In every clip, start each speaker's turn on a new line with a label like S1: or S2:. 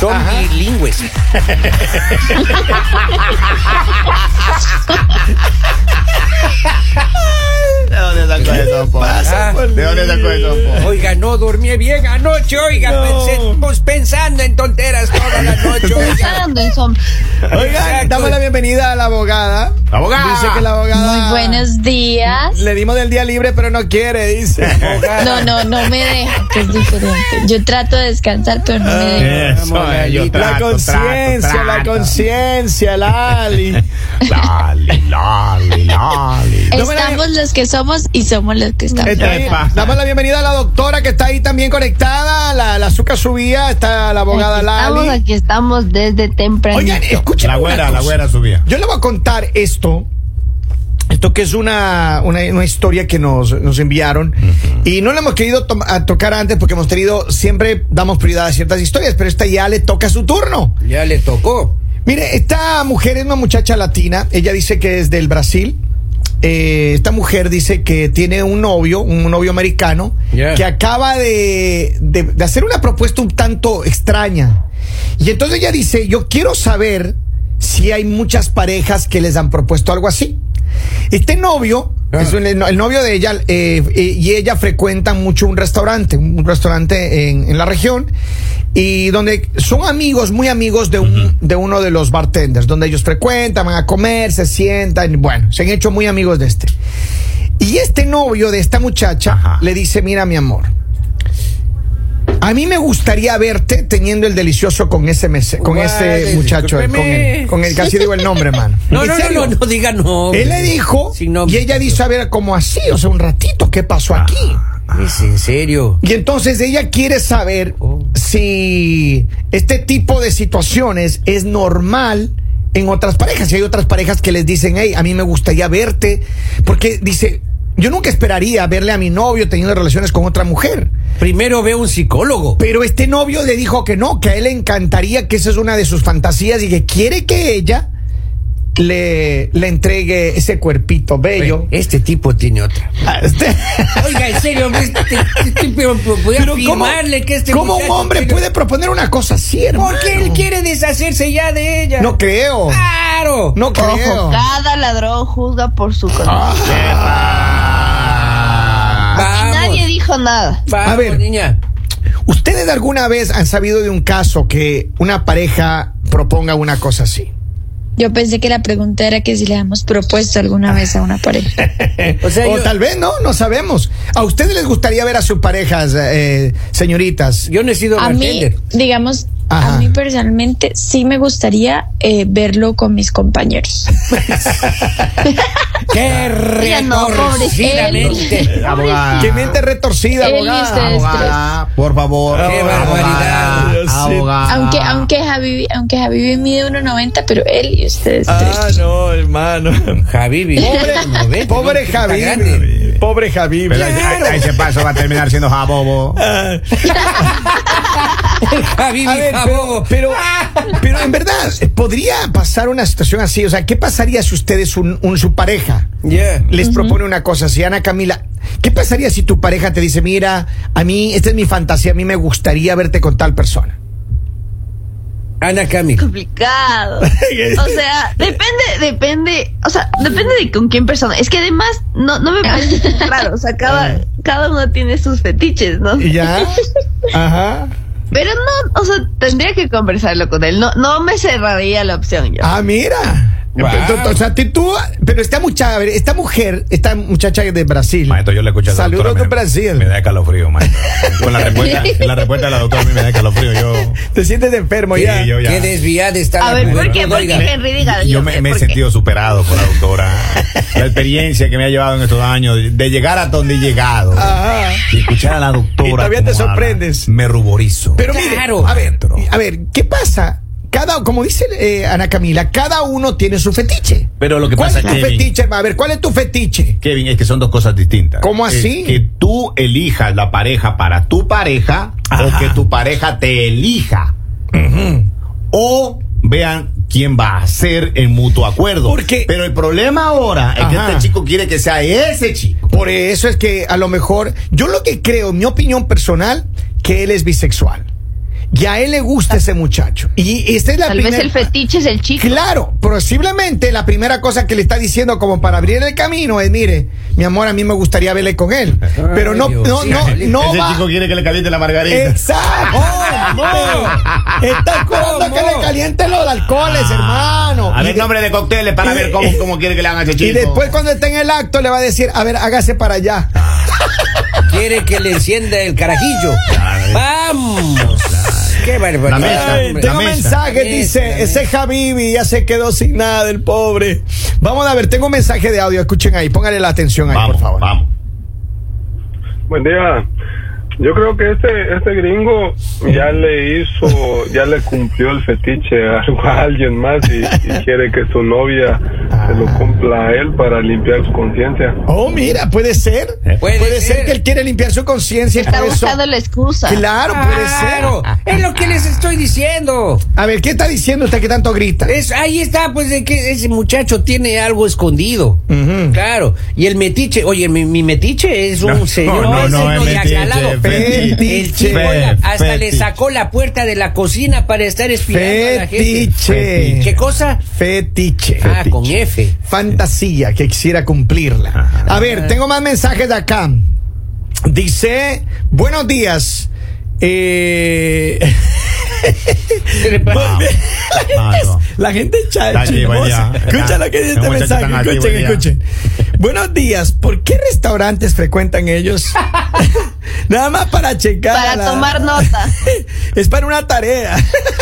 S1: Son bilingües.
S2: ¿De dónde sacó eso, po?
S1: pasa,
S2: ¿De dónde sacó eso, po?
S1: Oiga, no dormí bien anoche, oiga, pensé- pues pensando en tonteras toda la noche, oiga.
S3: Pensando en som-
S2: Oigan, damos la bienvenida a la abogada.
S4: Abogada.
S2: Dice que la abogada.
S3: Muy buenos días.
S2: Ah. Le dimos del día libre, pero no quiere, dice.
S3: No, no, no me deja, que es diferente. Yo trato de descansar, pero
S2: Ah.
S3: no me deja.
S4: Eso, eh, yo
S2: la
S4: trato,
S2: conciencia,
S4: trato,
S2: la
S4: trato.
S2: conciencia, Lali.
S4: Lali, Lali, Lali.
S2: No me la-
S3: Estamos los que somos y somos los que estamos.
S2: Está bien.
S4: Epa.
S2: Damos la bienvenida a la doctora que está ahí también conectada, la, la azúcar subía, está la abogada
S5: Estamos
S2: Lali.
S5: aquí, estamos desde temprano.
S2: Oigan, eh, escuchen.
S4: La
S2: una
S4: güera, la
S2: cosa.
S4: güera subía.
S2: Yo le voy a contar esto. Esto que es una, una, una historia que nos, nos enviaron y no la hemos querido tom- a tocar antes porque hemos tenido, siempre damos prioridad a ciertas historias, pero esta ya le toca su turno.
S1: Ya le tocó.
S2: Mire, esta mujer es una muchacha latina. Ella dice que es del Brasil. Eh, esta mujer dice que tiene un novio, un novio americano,
S1: Yeah.
S2: que acaba de, de- de hacer una propuesta un tanto extraña. Y entonces ella dice, yo quiero saber si hay muchas parejas que les han propuesto algo así. Este novio,
S1: Ah.
S2: es un- el no- el novio de ella eh, eh, y ella frecuentan mucho un restaurante, un restaurante en, en la región, y donde son amigos, muy amigos de, un, de uno de los bartenders, donde ellos frecuentan, van a comer, se sientan, y bueno, se han hecho muy amigos de este. Y este novio de esta muchacha
S4: Ajá.
S2: le dice, mira mi amor, a mí me gustaría verte teniendo el delicioso con ese, mese- con
S1: Guay,
S2: ese muchacho, con
S1: discúlpeme.
S2: el, con el casi digo el nombre, hermano.
S1: No,
S2: ¿En
S1: no, no,
S2: serio?
S1: no, no diga no.
S2: Él le dijo
S1: Sin nombre. Ah.
S2: y ella dice, a ver, como así, o sea, un ratito, ¿qué pasó aquí?
S1: Es en serio.
S2: Y entonces ella quiere saber
S1: Oh.
S2: si este tipo de situaciones es normal en otras parejas. Si hay otras parejas que les dicen, hey, a mí me gustaría verte, porque dice, yo nunca esperaría verle a mi novio teniendo relaciones con otra mujer.
S1: Primero ve un psicólogo.
S2: Pero este novio le dijo que no, que a él le encantaría, que esa es una de sus fantasías y que quiere que ella le, le entregue ese cuerpito bello.
S1: Este tipo tiene otra.
S2: Ah, este-
S1: Oiga, en serio, hombre, este, este- pero voy a
S2: Pero ¿cómo-
S1: afirmarle que este
S2: ¿Cómo un
S1: muchacho
S2: hombre
S1: tiene-
S2: puede proponer una cosa así, hermano?
S1: Porque él quiere Ah. deshacerse ya de ella.
S2: No creo.
S1: Claro.
S2: No creo.
S5: Ojo, cada ladrón juzga por su
S2: Ah.
S5: condición.
S1: Vamos.
S5: Y nadie dijo nada.
S1: Vamos,
S2: A ver.
S1: niña.
S2: ¿Ustedes alguna vez han sabido de un caso que una pareja proponga una cosa así?
S3: Yo pensé que la pregunta era que si le hemos propuesto alguna vez a una pareja.
S1: O sea,
S2: o
S1: yo-
S2: tal vez no, no sabemos. ¿A ustedes les gustaría ver a sus parejas, eh, señoritas?
S1: Yo no he sido
S3: A mí,
S1: bartender.
S3: digamos,
S2: Ajá.
S3: a mí personalmente sí me gustaría eh, verlo con mis compañeros.
S1: Qué
S5: Ella no,
S1: retorcidamente.
S5: pobrecita.
S4: Abogada.
S2: ¡Qué mente retorcida,
S3: Él y
S2: abogada!
S3: ustedes
S4: Abogada, por favor.
S1: Qué
S4: Abogada,
S1: barbaridad.
S2: Diosito.
S4: abogada.
S3: Aunque,
S2: Ah.
S3: aunque Javi, aunque Javi mide 1.90, pero él y ustedes tres.
S2: no, hermano.
S1: Javi,
S2: Pobre, pobre
S1: Javi.
S2: Javi. Pobre Javi.
S4: Pero ahí- ahí- ese paso va a terminar siendo jabobo.
S1: Javi,
S2: A ver, pero,
S1: Jabo.
S2: pero, pero en verdad, podría pasar una situación así. O sea, ¿qué pasaría si ustedes, un, un- su pareja,
S1: Yeah.
S2: les propone una cosa así? Ana Camila, ¿qué pasaría si tu pareja te dice, mira, a mí, esta es mi fantasía, a mí me gustaría verte con tal persona?
S1: Ana Cami.
S5: Complicado. O sea, depende, depende, o sea, depende de con quién persona. Es que además, no, no me parece tan claro. O sea, cada, cada uno tiene sus fetiches, ¿no?
S2: Ah. ¿Y ya? Ajá.
S5: Pero no, o sea, tendría que conversarlo con él. No, no me cerraría la opción yo.
S2: Ah, mira.
S1: Wow.
S2: Entonces, O sea, tú- tú, pero esta muchacha, a ver, esta mujer, esta muchacha de Brasil.
S4: Maestro, yo le escuché a la
S2: Saludos
S4: doctora,
S2: de
S4: me-
S2: Brasil.
S4: Me da calofrío, maestro. Con la respuesta, la respuesta de la doctora a mí me da calofrío. Yo,
S2: Te sientes enfermo
S4: Sí,
S2: ya.
S4: yo-
S1: Qué desviada está
S5: A
S1: la
S5: ver, ¿por
S1: juventud,
S5: qué? ¿Por
S1: oiga.
S5: qué Henry diga?
S4: yo me, me he
S5: ¿por qué?
S4: sentido superado por la doctora. La experiencia que me ha llevado en estos años, de llegar a donde he llegado.
S2: Ajá.
S4: Y escuchar a la doctora.
S2: Y todavía te
S4: como habla,
S2: sorprendes.
S4: me ruborizo.
S2: Pero mire,
S1: Claro.
S2: a ver,
S4: Dentro.
S2: a ver, ¿qué pasa? Cada, como dice eh, Ana Camila, cada uno tiene su fetiche.
S4: Pero lo que
S2: ¿Cuál
S4: pasa,
S2: es tu
S4: Kevin-
S2: fetiche? A ver, ¿cuál es tu fetiche?
S4: Kevin, es que son dos cosas distintas.
S2: ¿Cómo así?
S4: Es que tú elijas la pareja para tu pareja
S2: Ajá.
S4: o que tu pareja te elija. O vean quién va a ser en mutuo acuerdo.
S2: Porque-
S4: Pero el problema ahora es que
S2: Ajá.
S4: este chico quiere que sea ese chico.
S2: Por eso es que a lo mejor, yo lo que creo, mi opinión personal, que él es bisexual. Y a él le gusta ese muchacho. Y, y esta es la
S5: Tal vez
S2: primer-
S5: el fetiche es el chico.
S2: Claro, posiblemente la primera cosa que le está diciendo como para abrir el camino es, mire, mi amor, a mí me gustaría verle con él. Pero no,
S1: Dios.
S2: no, no, no
S4: Ese
S2: va.
S4: chico quiere que le caliente la margarita.
S2: Exacto. Está esperando que le calienten los alcoholes, hermano.
S4: Ah. A
S2: Y
S4: ver,
S2: de-
S4: nombre de cócteles para
S2: y-
S4: ver cómo, cómo quiere que le hagan a ese chico.
S2: y después cuando esté en el acto le va a decir, a ver, hágase para allá.
S4: Ah,
S1: Quiere que le encienda el carajillo.
S4: Claro.
S1: Vamos. Qué barbaridad.
S4: La mesa.
S1: hombre.
S2: Ay,
S4: la
S2: tengo
S4: mesa.
S2: mensaje,
S1: La mesa, la
S2: dice, ese Javibi ya se quedó sin nada, el pobre. Vamos a ver, tengo un mensaje de audio, escuchen ahí, pónganle la atención ahí,
S4: Vamos,
S2: por favor.
S4: vamos.
S6: Buen día. Yo creo que este, este gringo ya le hizo, ya le cumplió el fetiche a, a alguien más y, y quiere que su novia se lo cumpla a él para limpiar su conciencia.
S2: Oh, mira, puede ser.
S4: ¿Eh?
S2: Puede,
S1: Puede
S2: ser.
S1: ser.
S2: que él quiere limpiar su conciencia. y
S5: Está
S2: por eso-
S5: buscando la excusa.
S2: Claro, puede
S1: Claro,
S2: ser.
S1: es lo que les estoy diciendo.
S2: A ver, ¿qué está diciendo usted que tanto grita?
S1: Es, ahí está, pues de que ese muchacho tiene algo escondido.
S2: Ujú.
S1: Claro. Y el metiche, oye, mi, mi metiche es un
S4: No,
S1: señor
S4: no, no,
S1: ese
S4: es
S1: de
S4: metiche,
S1: acalado.
S4: fetiche.
S1: El chico
S4: Fe-
S1: la- hasta le
S4: fetiche.
S1: sacó la puerta de la cocina para estar espiando a la gente.
S2: Fetiche.
S1: ¿Qué cosa?
S2: Fetiche.
S1: Ah, con F.
S2: Fantasía que quisiera cumplirla. A ver, tengo más mensajes de acá. Dice, buenos días. Eh,
S4: Vamos. Vamos.
S2: La gente echa
S4: Está aquí,
S2: chismosa.
S4: vaya.
S2: Escucha lo que dice
S4: Los
S2: este
S4: muchachos están
S2: mensaje.
S4: aquí,
S2: Escuchen,
S4: vaya.
S2: escuchen. Buenos días. ¿Por qué restaurantes frecuentan ellos? Nada más para checar.
S5: Para
S2: la-
S5: tomar nota.
S2: Es para una tarea.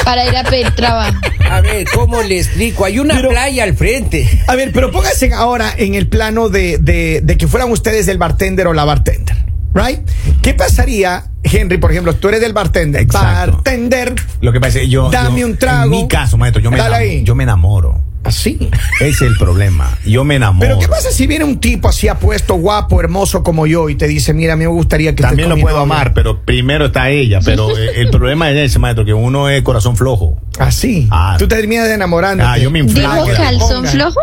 S3: para ir a pedir trabajo.
S1: A ver, ¿cómo le explico? Hay una
S2: Pero-
S1: playa al frente.
S2: A ver, pero pónganse ahora en el plano de, de- de que fueran ustedes el bartender o la bartender. ¿Right? ¿Qué pasaría, Henry? Por ejemplo, tú eres del bartender.
S4: Exacto.
S2: Bartender.
S4: Lo que pasa es que yo.
S2: Dame
S4: yo-
S2: un trago.
S4: En mi caso, maestro, yo me,
S2: Dale
S4: enam-
S2: ahí.
S4: yo me enamoro.
S2: Así.
S4: Ese es el problema. Yo me enamoro.
S2: Pero ¿qué pasa si viene un tipo así apuesto, guapo, hermoso como yo y te dice, mira, a mí me gustaría que estés
S4: También
S2: con
S4: lo
S2: mi
S4: puedo
S2: novia"?
S4: amar, pero primero está ella. Pero eh, el problema es ese, maestro, que uno es corazón flojo.
S2: Así.
S4: Ah.
S2: Tú te terminas de enamorando.
S4: Ah, yo me inflamo.
S3: ¿Dijo
S4: que-
S3: calzón
S2: ponga.
S3: flojo?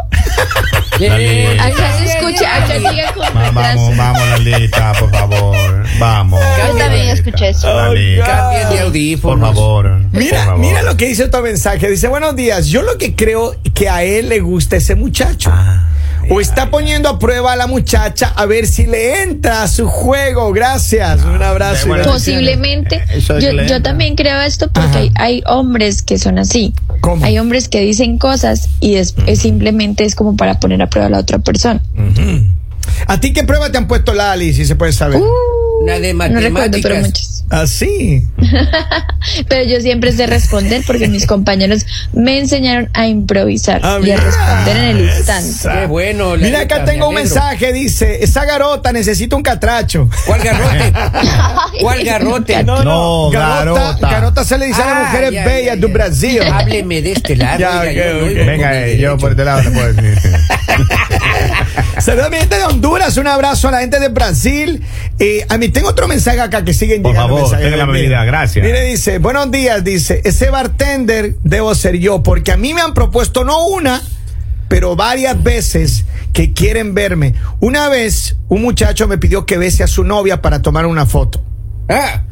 S4: Dale.
S3: Acá se escucha, acá llega con
S4: Va- Vamos,
S3: retraso.
S4: vamos, Lalita, por favor. Vamos.
S5: Yo también escuché eso.
S4: Lalita,
S1: Cambien de
S4: por
S1: audífonos.
S4: favor. por
S2: Mira,
S4: favor.
S2: mira lo que dice tu mensaje. Dice, buenos días. Yo lo que creo que a él le gusta ese muchacho.
S4: Ah,
S2: O está poniendo a prueba a la muchacha a ver si le entra a su juego. Gracias. Un abrazo. y
S4: Bueno,
S2: bendiciones.
S3: Posiblemente.
S4: Eso es
S3: Yo,
S4: violenta.
S3: yo también creo esto porque
S2: Ajá.
S3: hay, hay hombres que son así.
S2: ¿Cómo?
S3: Hay hombres que dicen cosas y es, es simplemente es como para poner a prueba a la otra persona.
S2: ¿A ti qué prueba te han puesto, Lali, si se puede saber?
S1: Una de
S3: no recuerdo, pero
S1: matemáticas.
S3: muchas.
S2: Así.
S3: Pero yo siempre sé responder porque mis compañeros me enseñaron a improvisar
S2: Ah,
S3: y a
S2: mira.
S3: responder en el instante.
S1: Qué bueno.
S2: Mira,
S1: Lalita,
S2: acá
S1: me
S2: tengo un
S1: alegro.
S2: mensaje. Dice, esa garota necesita un catracho.
S1: ¿Cuál garrote? ¿Cuál garrote?
S4: No, garota.
S2: Garota, garota se le dice a las
S1: Ah,
S2: mujeres
S1: ya,
S2: bellas
S1: ya,
S2: del
S1: ya.
S2: Brasil.
S1: Hábleme de este lado.
S2: Ya,
S1: oiga,
S2: ok,
S1: yo no
S2: ok.
S1: oigo con
S4: Venga,
S1: el
S4: eh, yo por este lado le puedo decir.
S2: Saludos a mi gente de Honduras, un abrazo a la gente de Brasil. Eh, a mí tengo otro mensaje acá que siguen
S4: Por
S2: llegando.
S4: favor,
S2: mensajes.
S4: tenga la
S2: Mire,
S4: amabilidad, gracias.
S2: Mire, dice, buenos días, dice, ese bartender debo ser yo, porque a mí me han propuesto no una, pero varias veces que quieren verme. Una vez, un muchacho me pidió que bese a su novia para tomar una foto.
S1: Ah,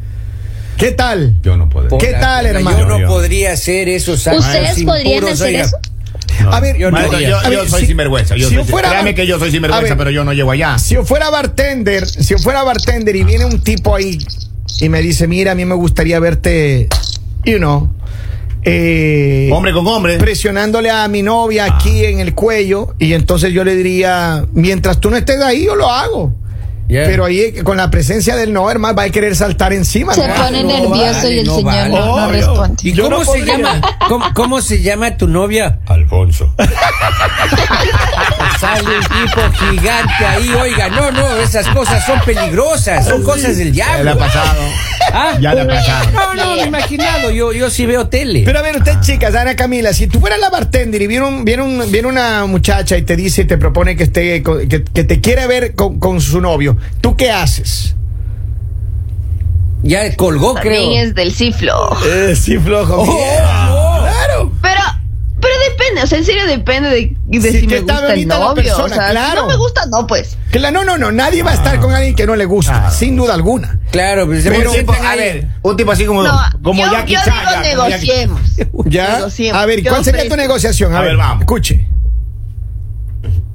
S2: ¿Qué tal?
S4: Yo no puedo.
S1: por
S2: ¿Qué
S1: la
S2: tal,
S1: puta,
S2: hermano?
S1: Yo no podría hacer esos actos
S3: ¿Ustedes podrían
S1: impuros,
S3: hacer
S1: oiga.
S3: eso?
S4: No.
S2: A ver, yo no-
S4: Maestro, yo,
S2: a
S4: yo
S2: ver,
S4: soy
S2: si-
S4: sinvergüenza. Yo
S2: si
S4: soy-
S2: yo fuera-
S4: créame que yo soy
S2: A
S4: sinvergüenza,
S2: ver.
S4: pero yo no llego allá.
S2: Si yo fuera bartender, si yo fuera bartender y viene un tipo ahí y me dice, mira, a mí me gustaría verte, you know, eh,
S4: Hombre con hombre.
S2: presionándole a mi novia aquí en el cuello y entonces yo le diría, mientras tú no estés ahí, yo lo hago.
S1: Yeah.
S2: Pero ahí eh, con la presencia del no, hermano, va a querer saltar encima.
S3: Se
S2: ¿no?
S3: pone
S1: no
S3: nervioso
S1: vale,
S3: y el
S1: no
S3: señor
S1: vale.
S3: no, no
S2: Obvio.
S3: responde.
S1: ¿Y
S2: Yo
S1: cómo
S2: no
S1: se
S2: podría.
S1: llama? ¿Cómo, cómo se llama tu novia?
S4: Alfonso.
S1: Sale un tipo gigante ahí, oiga, no, no, esas cosas son peligrosas, son cosas del
S4: Ya le ha
S1: diablo.
S4: pasado.
S1: ¿Ah?
S4: Ya le ha pasado.
S1: No, no, me he imaginado, yo, yo sí veo tele.
S2: Pero a ver, usted, chicas, Ana Camila, si tú fueras la bartender y viene, un- viene, un- viene una muchacha y te dice y te propone que, esté, con- que, que te quiere ver con, con su novio, ¿tú qué haces?
S1: ya colgó, creo.
S5: También es del ciflo.
S2: Eh, sí, flojo.
S1: Oh, no.
S2: Claro.
S5: Pero, pero depende, o sea, en serio depende de, de
S2: Sí,
S5: si
S2: que
S5: me
S2: está
S5: gusta el
S2: bonita la
S5: novio.
S2: persona,
S5: o sea,
S2: claro.
S5: si no me gusta, no, pues.
S2: Ah. Claro, no, no, no. Nadie va a estar con alguien que no le gusta,
S4: Claro.
S2: sin duda alguna.
S1: Claro, pues se
S4: Pero,
S1: sientan
S4: a
S1: ahí.
S4: ver, un tipo así como,
S5: No,
S4: como
S5: yo,
S4: Jackie
S5: yo
S4: Chan, ya,
S5: digo
S4: como Jackie-
S5: negociemos.
S2: ¿Ya?
S5: Negociemos.
S2: A ver,
S5: Yo
S2: ¿cuál sería tu
S5: ofrezco.
S2: negociación? A,
S4: A
S2: ver,
S4: ver, vamos.
S2: Escuche.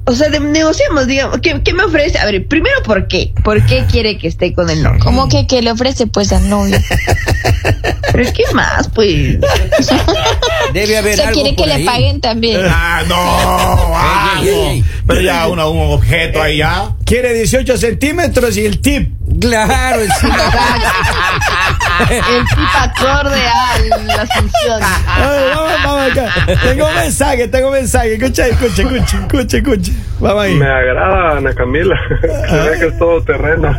S5: O sea, de- negociemos, digamos. ¿qué, ¿Qué me ofrece? A ver, primero, ¿por qué? ¿Por qué quiere que esté con el loco?
S3: ¿Cómo que qué le ofrece pues al novio?
S5: Pero ¿qué más? Pues.
S1: Debe
S3: O
S1: haber
S3: sea,
S1: algo
S3: quiere que
S1: por
S3: le
S1: ahí.
S3: paguen también.
S4: Ah, no,
S1: Ey, ey,
S4: algo.
S1: ey.
S4: Pero ya uno, un objeto ahí ya.
S2: Quiere 18 centímetros y el tip.
S1: Claro, es
S5: El tipo acorde a las funciones.
S2: Ay, vamos, vamos acá. Tengo un mensaje, tengo un mensaje. Escucha, escucha, escucha, escucha, escucha. Vamos ahí.
S6: Me agrada Ana Camila. Se ve que es todo terreno.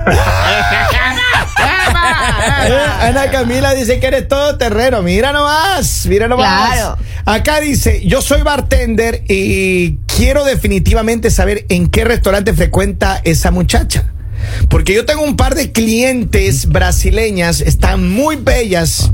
S2: Eh, Ana Camila dice que eres todo terreno. Mira nomás, mira nomás.
S5: Claro.
S2: Acá dice, yo soy bartender y quiero definitivamente saber en qué restaurante frecuenta esa muchacha. Porque yo tengo un par de clientes brasileñas, están muy bellas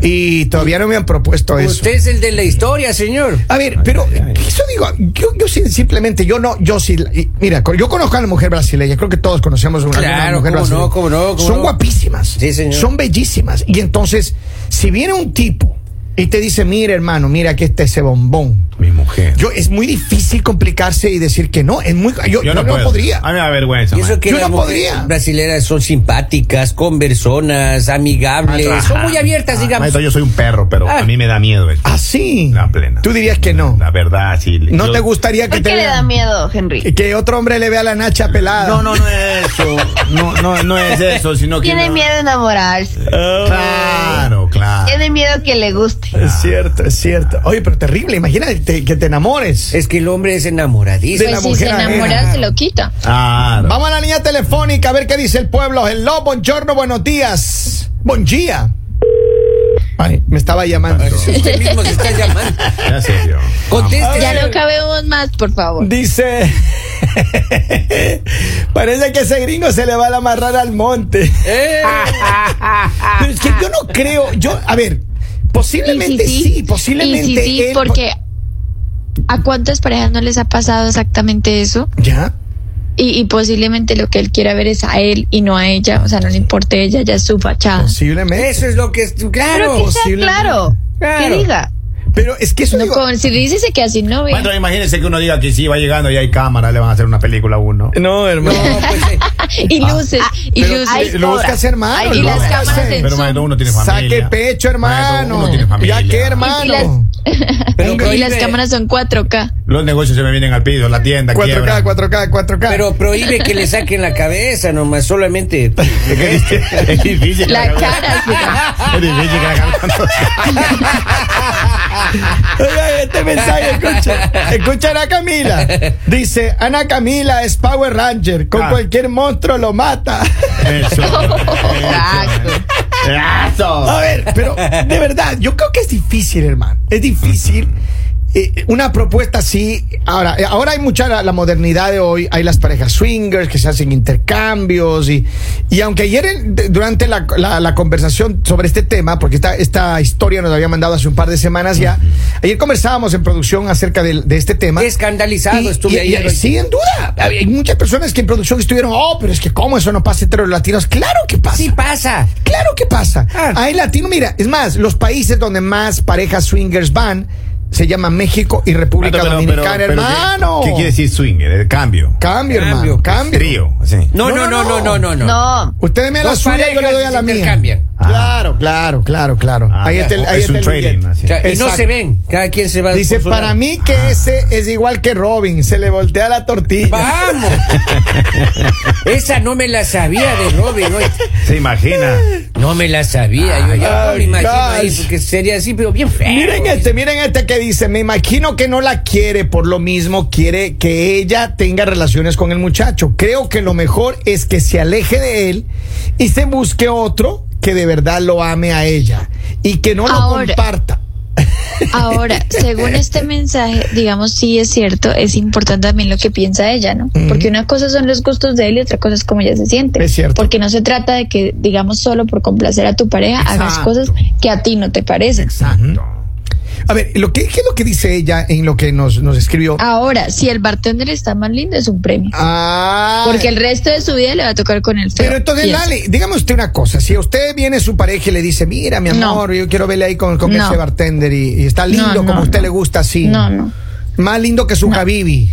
S2: y todavía no me han propuesto eso.
S1: Usted es el de la historia, señor.
S2: A ver, pero eso digo, yo, yo sí, simplemente, yo no, yo sí, y mira, co- yo conozco a la mujer brasileña, creo que todos conocemos a una,
S1: Claro,
S2: una
S1: cómo no,
S2: mujer brasileña.
S1: cómo no, cómo
S2: son
S1: no.
S2: guapísimas,
S1: Sí, señor.
S2: son bellísimas. Y entonces, si viene un tipo y te dice, mira hermano, mira que este ese bombón,
S4: Mi mujer.
S2: yo
S4: Yo,
S2: es muy difícil complicarse y decir que no, es muy, yo, yo
S4: no,
S2: no
S4: puedo.
S2: podría.
S4: A mí me da vergüenza.
S1: Y eso
S4: man.
S1: que
S2: Yo
S1: las
S2: no
S1: mujeres
S2: podría.
S1: brasileras son simpáticas, conversonas, amigables,
S4: Ajá.
S1: son muy abiertas,
S4: Ah,
S1: digamos.
S4: maestro, yo soy un perro, pero
S1: Ah.
S4: a mí me da miedo eso.
S2: Así.
S4: La plena.
S2: Tú dirías que no.
S4: La verdad, sí. le-
S2: No
S4: yo-
S2: te gustaría que
S5: ¿Por
S2: te
S5: qué le
S2: vean-
S5: da miedo, Henry?
S2: que otro hombre le vea la nacha pelada.
S4: No, no, no es eso. No, no, no es eso, sino que.
S5: Tiene
S4: no-
S5: miedo a enamorarse.
S4: Claro, claro.
S5: Tiene miedo que le guste.
S2: Es cierto, es cierto. Oye, pero terrible, imagínate te- que te enamores.
S1: Es que el hombre es enamoradizo.
S2: De la
S3: Pues si se
S2: mujer ajena.
S3: enamora, se lo quita.
S4: Claro.
S2: Vamos a la línea telefónica a ver qué dice el pueblo. Hello, buongiorno, buenos días. Bon día. Ay, me estaba llamando.
S1: Usted mismo se está llamando.
S4: Ya se dio.
S1: Conteste.
S3: Ya no cabemos más, por favor.
S2: Dice. Parece que ese gringo se le va a amarrar al monte.
S1: Eh,
S2: Pero es que yo no creo. Yo, a ver, posiblemente
S3: Y
S2: sí, posiblemente
S3: y sí, sí,
S2: él-
S3: porque ¿a cuántas parejas no les ha pasado exactamente eso?
S2: Ya.
S3: Y, y posiblemente lo que él quiera ver es a él y no a ella, o sea, no le importa ella, ya es su fachada.
S2: Pues Posiblemente.
S1: eso es lo que es.
S5: Pero
S1: Claro.
S5: que sea
S2: posiblemente.
S5: claro.
S1: Claro.
S5: Que diga.
S2: Pero es que eso
S3: No,
S2: digo-
S3: como si dice se queda sin novia.
S4: Maestro, imagínese que uno diga que sí, va llegando y hay cámara, le van a hacer una película a uno.
S2: No,
S1: No,
S2: hermano.
S1: pues, eh,
S3: y luces, y
S2: Pero
S3: luces.
S5: Ay,
S2: lo busca hacer mal.
S3: Y
S2: lo
S3: las
S2: busca
S3: cámaras
S2: hacer.
S3: en
S4: Pero maestro, uno tiene familia.
S2: Saque pecho,
S4: Maestro,
S2: hermano.
S4: uno tiene familia.
S2: ya que, hermano.
S3: Y las-
S1: pero
S3: y las
S1: prohíbe-
S3: cámaras son 4K.
S4: Los negocios se me vienen al piso, la tienda.
S2: 4K,
S4: quiebra.
S2: 4K, 4K.
S1: Pero prohíbe que le saquen la cabeza nomás, solamente.
S4: Es que dice- es difícil.
S3: La
S4: que-
S3: cara, sí.
S4: Es difícil que la cara-
S2: Oiga, este mensaje, escucha. Escucha a Ana Camila. Dice, Ana Camila es Power Ranger. Con
S4: Ah.
S2: cualquier monstruo lo mata.
S4: Eso.
S5: Exacto.
S4: Eso.
S2: A ver, pero de verdad, yo creo que es difícil, hermano. Es difícil. eh, una propuesta así. Ahora, eh, ahora hay mucha la, la modernidad de hoy. Hay las parejas swingers que se hacen intercambios. Y, y aunque ayer en- de- durante la, la- la conversación sobre este tema, porque esta, esta historia nos la había mandado hace un par de semanas ya, ayer conversábamos en producción acerca del- de, este tema.
S1: Escandalizado
S2: Y-
S1: estuve
S2: y-
S1: ahí.
S2: y- sí, en duda. Hay muchas personas que en producción estuvieron, oh, pero es que cómo eso no pasa entre los latinos. Claro que pasa.
S1: Sí pasa.
S2: Claro que pasa.
S1: Ah.
S2: Hay latino, mira, es más, los países donde más parejas swingers van se llaman México y República
S4: Pero- pero-
S2: Dominicana,
S4: pero- pero ¿qué-
S2: hermano.
S4: ¿Qué quiere decir swinger? El cambio.
S2: Cambio, hermano,
S1: Cambio, pues,
S2: cambio.
S4: Trío. así.
S1: No, no, no, no, no, no.
S5: No.
S2: Ustedes me dan la
S1: Dos
S2: suya, yo le
S1: parejas
S2: doy a
S1: se
S2: la mía.
S1: intercambian.
S4: Ah.
S2: Claro, claro, claro, claro.
S4: Ah,
S2: ahí
S4: ya.
S2: está el, ahí
S4: Es
S2: está
S4: un
S2: el
S4: trading,
S2: billete.
S4: así.
S1: O sea, y no
S2: Exacto.
S1: se ven. Cada quien se va.
S2: Dice,
S1: por su
S2: para
S1: lado.
S2: mí que ese es igual que Robin, se le voltea la tortilla.
S1: ¡Vamos! Esa no me la sabía de Robin. oye.
S4: Se imagina.
S1: No me la sabía. Yo ya no
S2: Ay,
S1: me imagino ahí
S2: gosh.
S1: porque sería así, pero bien feo.
S2: Miren este, miren este que dice, me imagino que no la quiere por lo mismo, quiere que ella tenga relaciones con el muchacho. Creo que lo mejor es que se aleje de él y se busque otro que de verdad lo ame a ella y que no lo
S3: Ahora.
S2: comparta.
S3: Ahora, según este mensaje, digamos, sí es cierto, es importante también lo que piensa ella, ¿no? Porque una cosa son los gustos de él y otra cosa es cómo ella se siente.
S2: Es cierto.
S3: Porque no se trata de que, digamos, solo por complacer a tu pareja hagas
S2: Exacto.
S3: cosas que a ti no te parecen.
S2: Exacto. A ver, lo que, ¿qué es lo que dice ella en lo que nos, nos escribió?
S3: Ahora, si el bartender está más lindo, es un premio.
S2: Ah,
S3: Porque el resto de su vida le va a tocar con el feo.
S2: Pero entonces,
S3: Piensa.
S2: Lali, dígame usted una cosa. Si a usted viene su pareja y le dice, mira, mi
S3: No.
S2: amor, yo quiero verle ahí con, con
S3: No.
S2: ese bartender y, y está
S3: No,
S2: lindo
S3: no,
S2: como a usted
S3: no.
S2: le gusta así.
S3: No, no.
S2: Más lindo que su Habibi.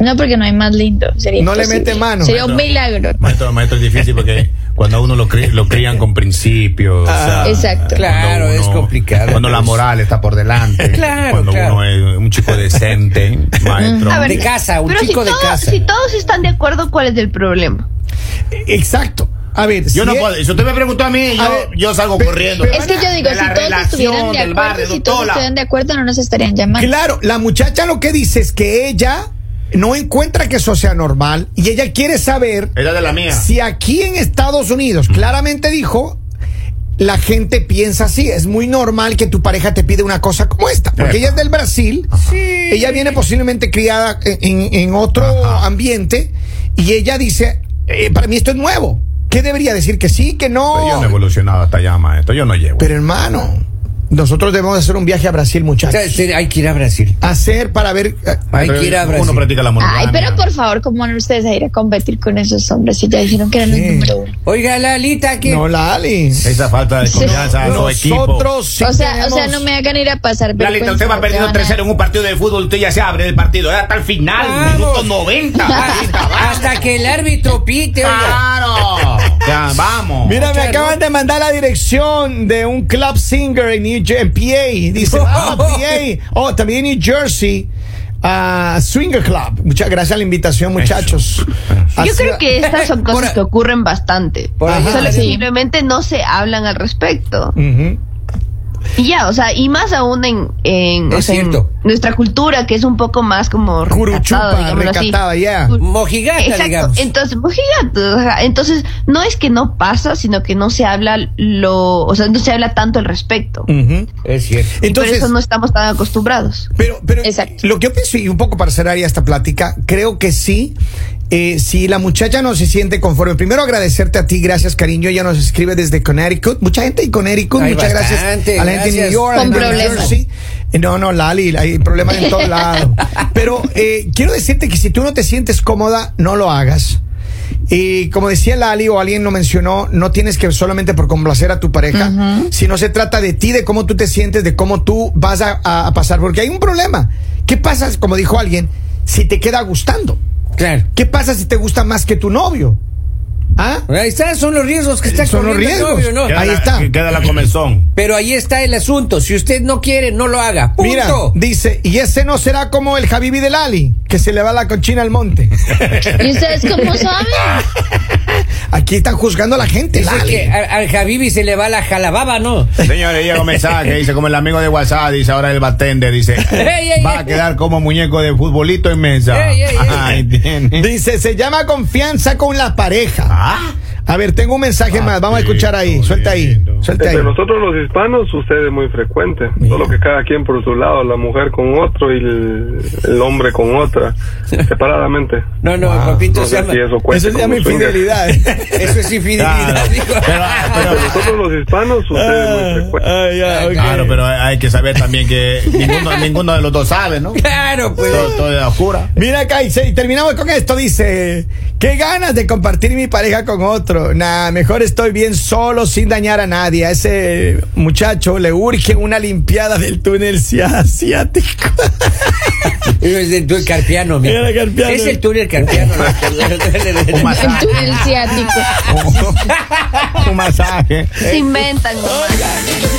S3: No, porque no hay más lindo. Sería
S2: No le
S3: imposible.
S2: mete mano.
S3: Sería un milagro.
S4: Maestro, maestro, es difícil porque cuando a uno lo, cri- lo crían con principios.
S2: Ah,
S3: exacto.
S4: cuando
S1: Claro, es complicado.
S4: Cuando la moral está por delante.
S1: Claro,
S4: Cuando
S1: claro.
S4: uno es un chico decente, maestro.
S5: A ver,
S1: De casa, un
S5: pero
S1: chico
S5: si
S1: de
S5: todo-
S1: casa.
S5: Si todos están de acuerdo, ¿cuál es el problema?
S2: Exacto. A ver,
S4: Yo
S2: si e-
S4: no
S2: es-
S4: puedo. Si usted me preguntó a mí,
S2: A
S4: yo,
S2: ver,
S4: yo salgo corriendo.
S3: Es que yo digo,
S4: De
S3: si
S4: la
S3: todos
S4: relación,
S3: estuvieran de
S4: del
S3: acuerdo,
S4: barrio,
S3: si todos
S4: doctora.
S3: estuvieran de acuerdo, no nos estarían llamando.
S2: Claro, la muchacha lo que dice es que ella no encuentra que eso sea normal y ella quiere saber
S4: Era de la mía.
S2: si aquí en Estados Unidos claramente dijo la gente piensa así, es muy normal que tu pareja te pide una cosa como esta, porque
S4: Epa.
S2: ella es del Brasil, ella viene posiblemente criada en, en- en otro
S4: Ajá.
S2: ambiente y ella dice, "Eh, para mí esto es nuevo, ¿qué debería decir? Que sí, que
S4: Pero yo no he
S2: no.
S4: evolucionado hasta allá, maestro. Yo no llevo.
S2: Pero hermano, nosotros debemos hacer un viaje a Brasil,
S1: O sea,
S2: muchachos.
S1: este, hay que ir a Brasil.
S2: Hacer para ver... eh,
S1: Hay que ir a
S4: Uno
S1: Brasil.
S4: practica la monogamia.
S3: Ay, pero por favor, ¿cómo van ustedes a ir a competir con esos hombres si ya dijeron que eran
S2: Sí.
S3: el número uno?
S1: Oiga, Lalita, que
S2: No, Lali.
S4: Esa falta de confianza en los equipos.
S2: Nosotros sí
S3: o, sea,
S2: tenemos-
S3: o sea, no me hagan ir a pasar
S4: Lalita,
S3: vergüenza,
S4: usted va
S3: porque
S4: perdiendo
S3: pues, van a-
S4: 3-0 en un partido de fútbol, usted ya se abre del partido, hasta el final,
S1: Vamos.
S4: minuto 90. Lalita, va.
S1: hasta que el árbitro pite.
S5: Ah.
S1: oiga.
S4: ¡Claro! Ya, vamos.
S2: Mira, me
S1: Claro.
S2: acaban de mandar la dirección de un club singer en New Jersey, PA. Dice, ah, PA. Oh, también en New Jersey. ah, Swinger Club. Muchas gracias a la invitación, muchachos. Así-
S5: Yo creo que estas son cosas
S1: Por-
S5: que ocurren bastante.
S1: por ahí
S5: Solo que
S1: salió.
S5: simplemente no se hablan al respecto.
S2: Ujú.
S5: Y ya, o sea, y más aún en, en, o
S1: Es
S5: sea, en
S1: cierto.
S5: nuestra cultura, que es un poco más como
S2: Curuchupa,
S5: recatada, digámoslo así.
S2: recatada, ya.
S5: Cur-
S1: Mojigata,
S5: Exacto.
S1: digamos.
S5: Entonces, pues, gigante, ajá. Entonces, no es que no pasa, sino que no se habla lo, o sea, no se habla tanto al respecto.
S2: Ujú.
S1: Es cierto.
S5: Y por
S2: Entonces,
S5: eso no estamos tan acostumbrados.
S2: Pero, pero
S3: Exacto.
S2: lo que yo pienso, y un poco para cerrar ya esta plática, creo que sí. eh, si la muchacha no se siente conforme, primero agradecerte a ti, gracias cariño, ella nos escribe desde Connecticut, mucha gente en Connecticut,
S1: Hay
S2: Pues muchas
S1: bastante,
S2: gracias a la gente de New
S1: gracias.
S2: York, a
S3: Con
S2: la gente de New
S3: problemas.
S2: Jersey. Eh, No, no, Lali, hay problemas en todos lados. Pero eh, quiero decirte que si tú no te sientes cómoda, no lo hagas. Y como decía Lali o alguien lo mencionó, no tienes que solamente por complacer a tu pareja, sino se trata de ti, de cómo tú te sientes, de cómo tú vas a, a- a pasar. Porque hay un problema. ¿Qué pasa, como dijo alguien, si te queda gustando?
S1: Claro.
S2: ¿Qué pasa si te gusta más que tu novio? ¿Ah?
S1: Ahí están, son los riesgos que está
S2: Son los
S1: corriendo el
S2: riesgos.
S1: novio, ¿no?
S4: Queda
S2: Ahí
S4: la-
S2: está.
S4: Queda la comenzón.
S1: Pero ahí está el asunto. Si usted no quiere, no lo haga. Punto.
S2: Mira, dice, y ese no será como el Habibi de Lali, que se le va la cochina al monte.
S3: ¿Y ustedes cómo saben?
S2: Aquí están juzgando a la gente,
S1: Dice
S2: Lali.
S1: que a- al Javibi se le va la jalababa, ¿no?
S4: Señores, llega un mensaje, dice, como el amigo de WhatsApp, dice, ahora el bartender, dice,
S1: Ey, ey,
S4: va a
S1: ey.
S4: quedar como muñeco de futbolito en mesa.
S1: Ey, ey, ey.
S4: Ay, tiene.
S2: Dice, se llama confianza con la pareja.
S4: Ah,
S2: A ver, tengo un mensaje más, vamos a escuchar ahí.
S4: Papito
S2: Suelta ahí.
S4: lindo.
S2: Suelta ahí.
S6: Entre nosotros los hispanos sucede muy frecuente,
S2: Mira.
S6: solo que cada quien por su lado, la mujer con otro y el, el hombre con otra, separadamente.
S1: No, no, papito
S6: Ah, No
S1: se
S6: sé
S1: llama.
S6: si eso cuenta.
S2: Eso se llama
S6: como swinger.
S2: infidelidad.
S1: Eso es infidelidad.
S4: Claro.
S1: digo.
S4: Pero, ah, pero-
S6: Entre nosotros los hispanos sucede muy frecuente.
S2: Ah, ya, ok.
S4: Claro, pero hay que saber también que ninguno, ninguno de los dos sabe, ¿no?
S1: Claro, pues.
S4: Todo, todo es a oscura.
S2: Mira acá, y se- y terminamos con esto, dice, qué ganas de compartir mi pareja con otro. Nah, mejor estoy bien solo sin dañar a nadie. A ese muchacho le urge una limpiada del túnel si- asiático.
S1: Es el túnel carpiano, mira.
S2: Era carpiano.
S1: Es el túnel carpiano.
S4: Un
S3: El
S4: masaje.
S3: túnel ciático.
S4: Un masaje.
S1: Eh,
S5: Se inventan. nomás.